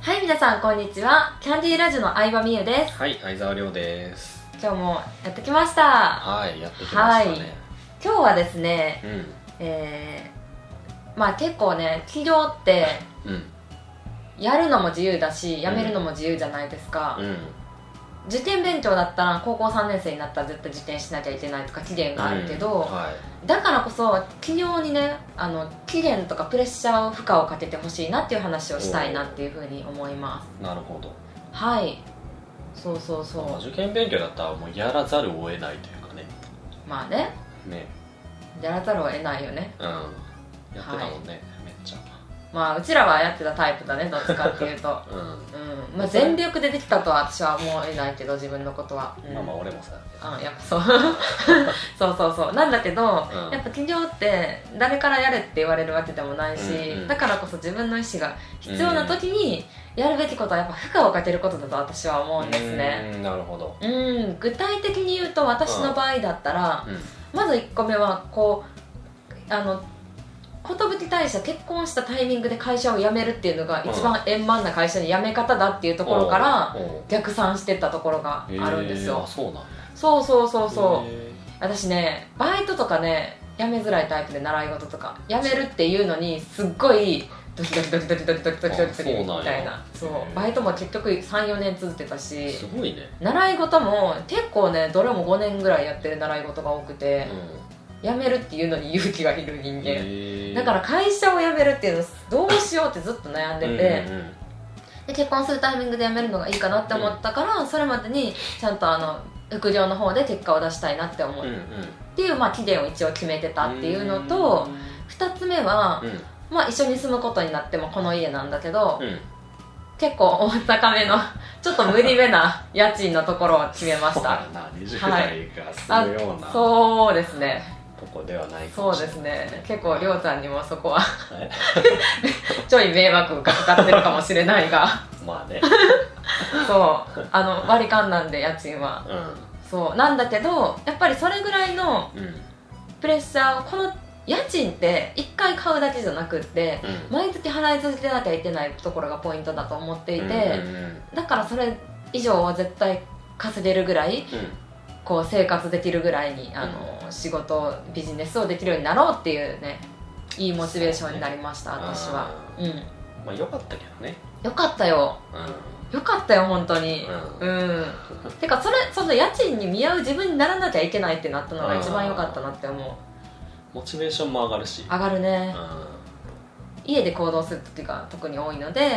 はい、皆さんこんにちは。キャンディーラジオの相葉美優です。はい、相沢亮です。今日もやってきました。はい、やってきましたね。今日はですね、うん、えー、まあ結構ね、企業ってうん、やるのも自由だし、やめるのも自由じゃないですか。うん、受験勉強だったら高校3年生になったら絶対受験しなきゃいけないとか期限があるけど、うんはだからこそ企業にねあの期限とかプレッシャーを負荷をかけてほしいなっていう話をしたいなっていうふうに思いまい、なるほど。すはいそうそうそまあう受験勉強だったらもうやらざるを得ないというかね。まあねね、やらざるを得ないよねうん、やってたもんね、めっちゃ。まあうちらはやってたタイプだねどっちかっていうと うん、うんまあ全力でできたとは私は思えないけど自分のことは、うんまあまあ俺もさ。うん、やっぱそう そうそうそうなんだけど、うやっんぱ企業って誰からやれって言われるわけでもないし、うんうんだからこそ自分の意思が必要な時にやるべきことはやっぱ負荷をかけることだと私は思うんですねうん、なるほど。うん具体的に言うと私の場合だったら、うん、まず1個目はこうあの寿大社結婚したタイミングで会社を辞めるっていうのが一番円満な会社に辞め方だっていうところからおう、おう逆算してったところがあるんですへーあよ、そうなんだ。そうそうそうそう、へ私ねバイトとかね辞めづらいタイプで習い事とか辞めるっていうのにすっごいドキドキドキドキドキドキドキドキドキあそうなんやみたいなそうへーバイトも結局34年続けたー。しすごいね。習い事も結構ねどれも5年ぐらいやってる習い事が多くうてん。辞めるっていうのに勇気がいる人間へーだから会社を辞めるっていうのどうしようってずっと悩んでてうんうんうんで結婚するタイミングで辞めるのがいいかなって思ったからそれまでにちゃんとあの副業の方で結果を出したいなって思ってうんっていう、まあ、期限を一応決めてたうんっていうのと、2つ目はう、ん、まあ、一緒に住むことになってもこの家なんだけど、うん、結構お高めのちょっと無理めな家賃のところを決めましそう ただな20は代が住むような、そうですねとこではないかそもうしれでないすね結構りょうちゃんにもそこははい ちょい迷惑がかかってるかもしれない がま あねそうあの割り勘なんで家賃はうそうなんだけどやっぱりそれぐらいのんうんプレッシャーをこの家賃って1回買うだけじゃなくってうん毎月払い続けなきゃいけないところがポイントだと思っていて、うんうんだからそれ以上は絶対稼げるぐらいこう生活できるぐらいにあの、仕事ビジネスをできるようになろうっていうねいいモチベーションになりました、私はあうんーまあよかったけどねよかったようよかったよ本当にんうん、てかそれその家賃に見合う自分にならなきゃいけないってなったのが一番良かったなって思うモチベーションも上がるし上がるねう家で行動する時が特に多いので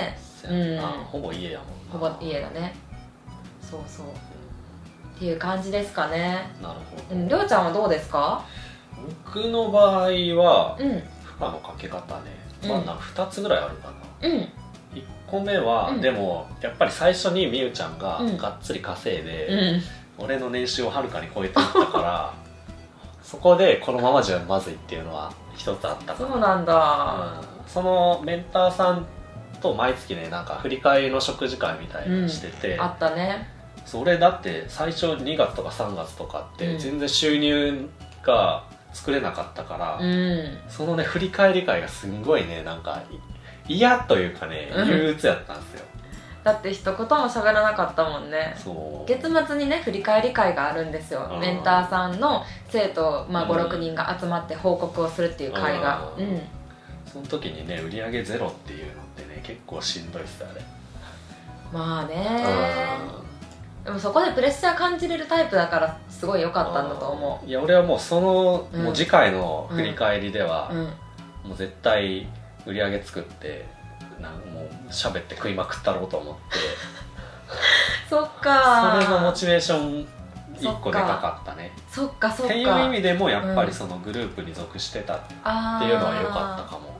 んうんあほぼ家やもんなほぼ家だねそうそうっていう感じですかねなるうほんどりょうちゃんはどうですか僕の場合はうん負荷のかけ方ねうんまあな2つぐらいあるかなうん1個目は、うんでもやっぱり最初にみゆちゃんがうんがっつり稼いで、うん俺の年収をはるかに超えていったから そこでこのままじゃまずいっていうのは一つあったかそなうなんだうんそのメンターさんと毎月ねなんか振り返りの食事会みたいなのしてて、あったねそれだって最初2月とか3月とかっうてん全然収入が作れなかったから、うんそのね振り返り会がすんごいねなんかい嫌というかねうん憂鬱やったんですよ、だって一言も喋らなかったもんねそう月末にね振り返り会があるんですよあーメンターさんの生徒、まあ、うん56人が集まって報告をするっていう会があうーんその時にね売り上げゼロっていうのってね結構しんどいっすよあれまあねでもそこでプレッシャー感じれるタイプだからすごい良かったんだと思うんいや俺はもうその、うんもう次回の振り返りではう、うんもう絶対売り上げ作ってなんかもう喋って食いまくったろうと思ってそっそかれのモチベーション1個でかかったねそっかそっっかていう意味でもやっぱうりんそのグループに属してたってあーいうのは良かったかも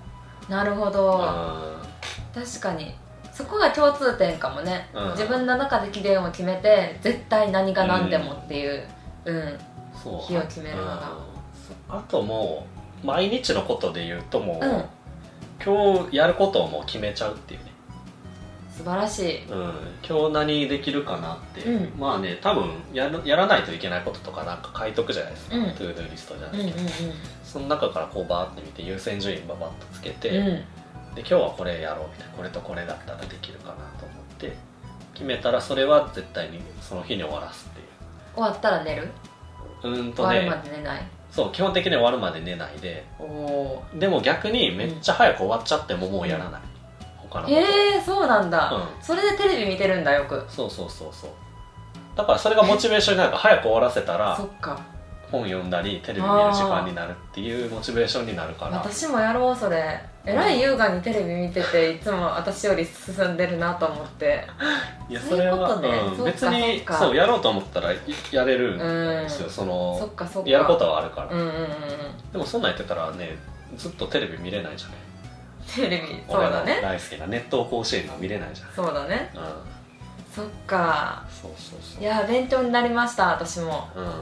なるほどう確かにそこが共通点かもね、うん自分の中で期限を決めて絶対何が何でもっていううん、んそう日を決めるのがうんあともう毎日のことで言うともう、うん今日やることをもう決めちゃうっていうね素晴らしいうん、今日何できるかなって、うんまあね多分やるやらないといけないこととかなんか書いとくじゃないですか、うんトゥードゥーリストじゃなういんうんですけど、その中からこうバーって見て優先順位ババッとつけて、うんうんで今日はこれやろうみたいなこれとこれだったらできるかなと思って決めたらそれは絶対にその日に終わらすっていう終わったら寝るうーん終とわるまねで寝ないそう基本的に終わるまで寝ないでおおでも逆にめっちゃ早く終わっちゃってももうやらない、他のこと、へえそうなんだ、うそれでテレビ見てるんだよくそうそうそうそうだからそれがモチベーションになるから早く終わらせたらそっか本読んだりテレビ見る時間になるっていうモチベーションになるから私もやろうそれえらい優雅にテレビ見てていつも私より進んでるなと思っていやそれはそういうことねうそん、っか別にそっかそうやろうと思ったらいやれるんうんですよ、そそのっかそっかやることはあるから、うんうんうんうんでもそんなんやってたらねずっとテレビ見れないじゃなテいレビそうだ俺のね大好きな熱湯甲子園が見れないじゃないそうだねうんそっかそうそうそういや勉強になりました私もうん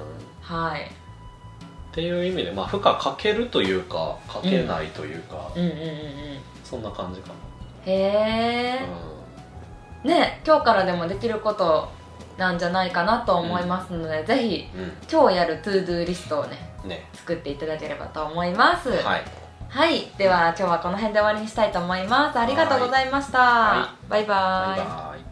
はいっていう意味でまあ負荷かけるというかかけないというか、うんうんうんうんそんな感じかへな、え、ね今日からでもできることなんじゃないかなと思いますので、ぜひうん、今日やるトゥードゥーリストをねうん、ね作っていただければと思いますはい、はいでは今日はこの辺で終わりにしたいと思いますありがとうございました、はバイババイイバイ